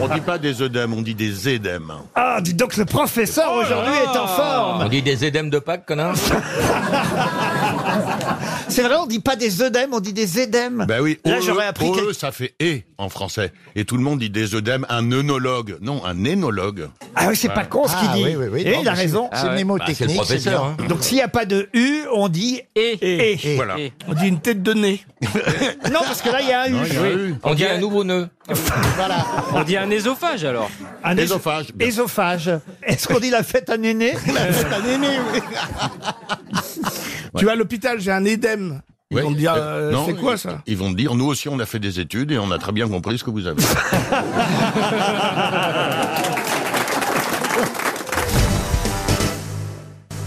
On dit pas des œdèmes, on dit des édèmes. Ah, dis donc, le professeur aujourd'hui est en On forme. dit des édèmes de Pâques, connard C'est vrai, on dit pas des œdèmes, on dit des édèmes. Ben oui. Là, OE, j'aurais appris. OE, quelque- ça fait et en français. Et tout le monde dit des œdèmes, un œnologue. Non, un énologue. Ah oui, c'est pas con ce qu'il dit. oui, oui, oui. Et Non, il a mais c'est- raison. C'est mnémotechnique. Ah, C'est le professeur. hein. Donc s'il n'y a pas de U, on dit Et. et. Voilà. On dit une tête de nez. Non, parce que là, il y a un U. On dit un nouveau nœud. On dit un ésophage alors. Un éso- Ésophage. bien sûr. Ésophage. Est-ce qu'on dit la fête à néné Tu vas à l'hôpital, j'ai un édème. Ils Ouais. vont me dire, Euh, euh, non, c'est quoi ils- ça Ils vont me dire, nous aussi, on a fait des études et on a très bien compris ce que vous avez.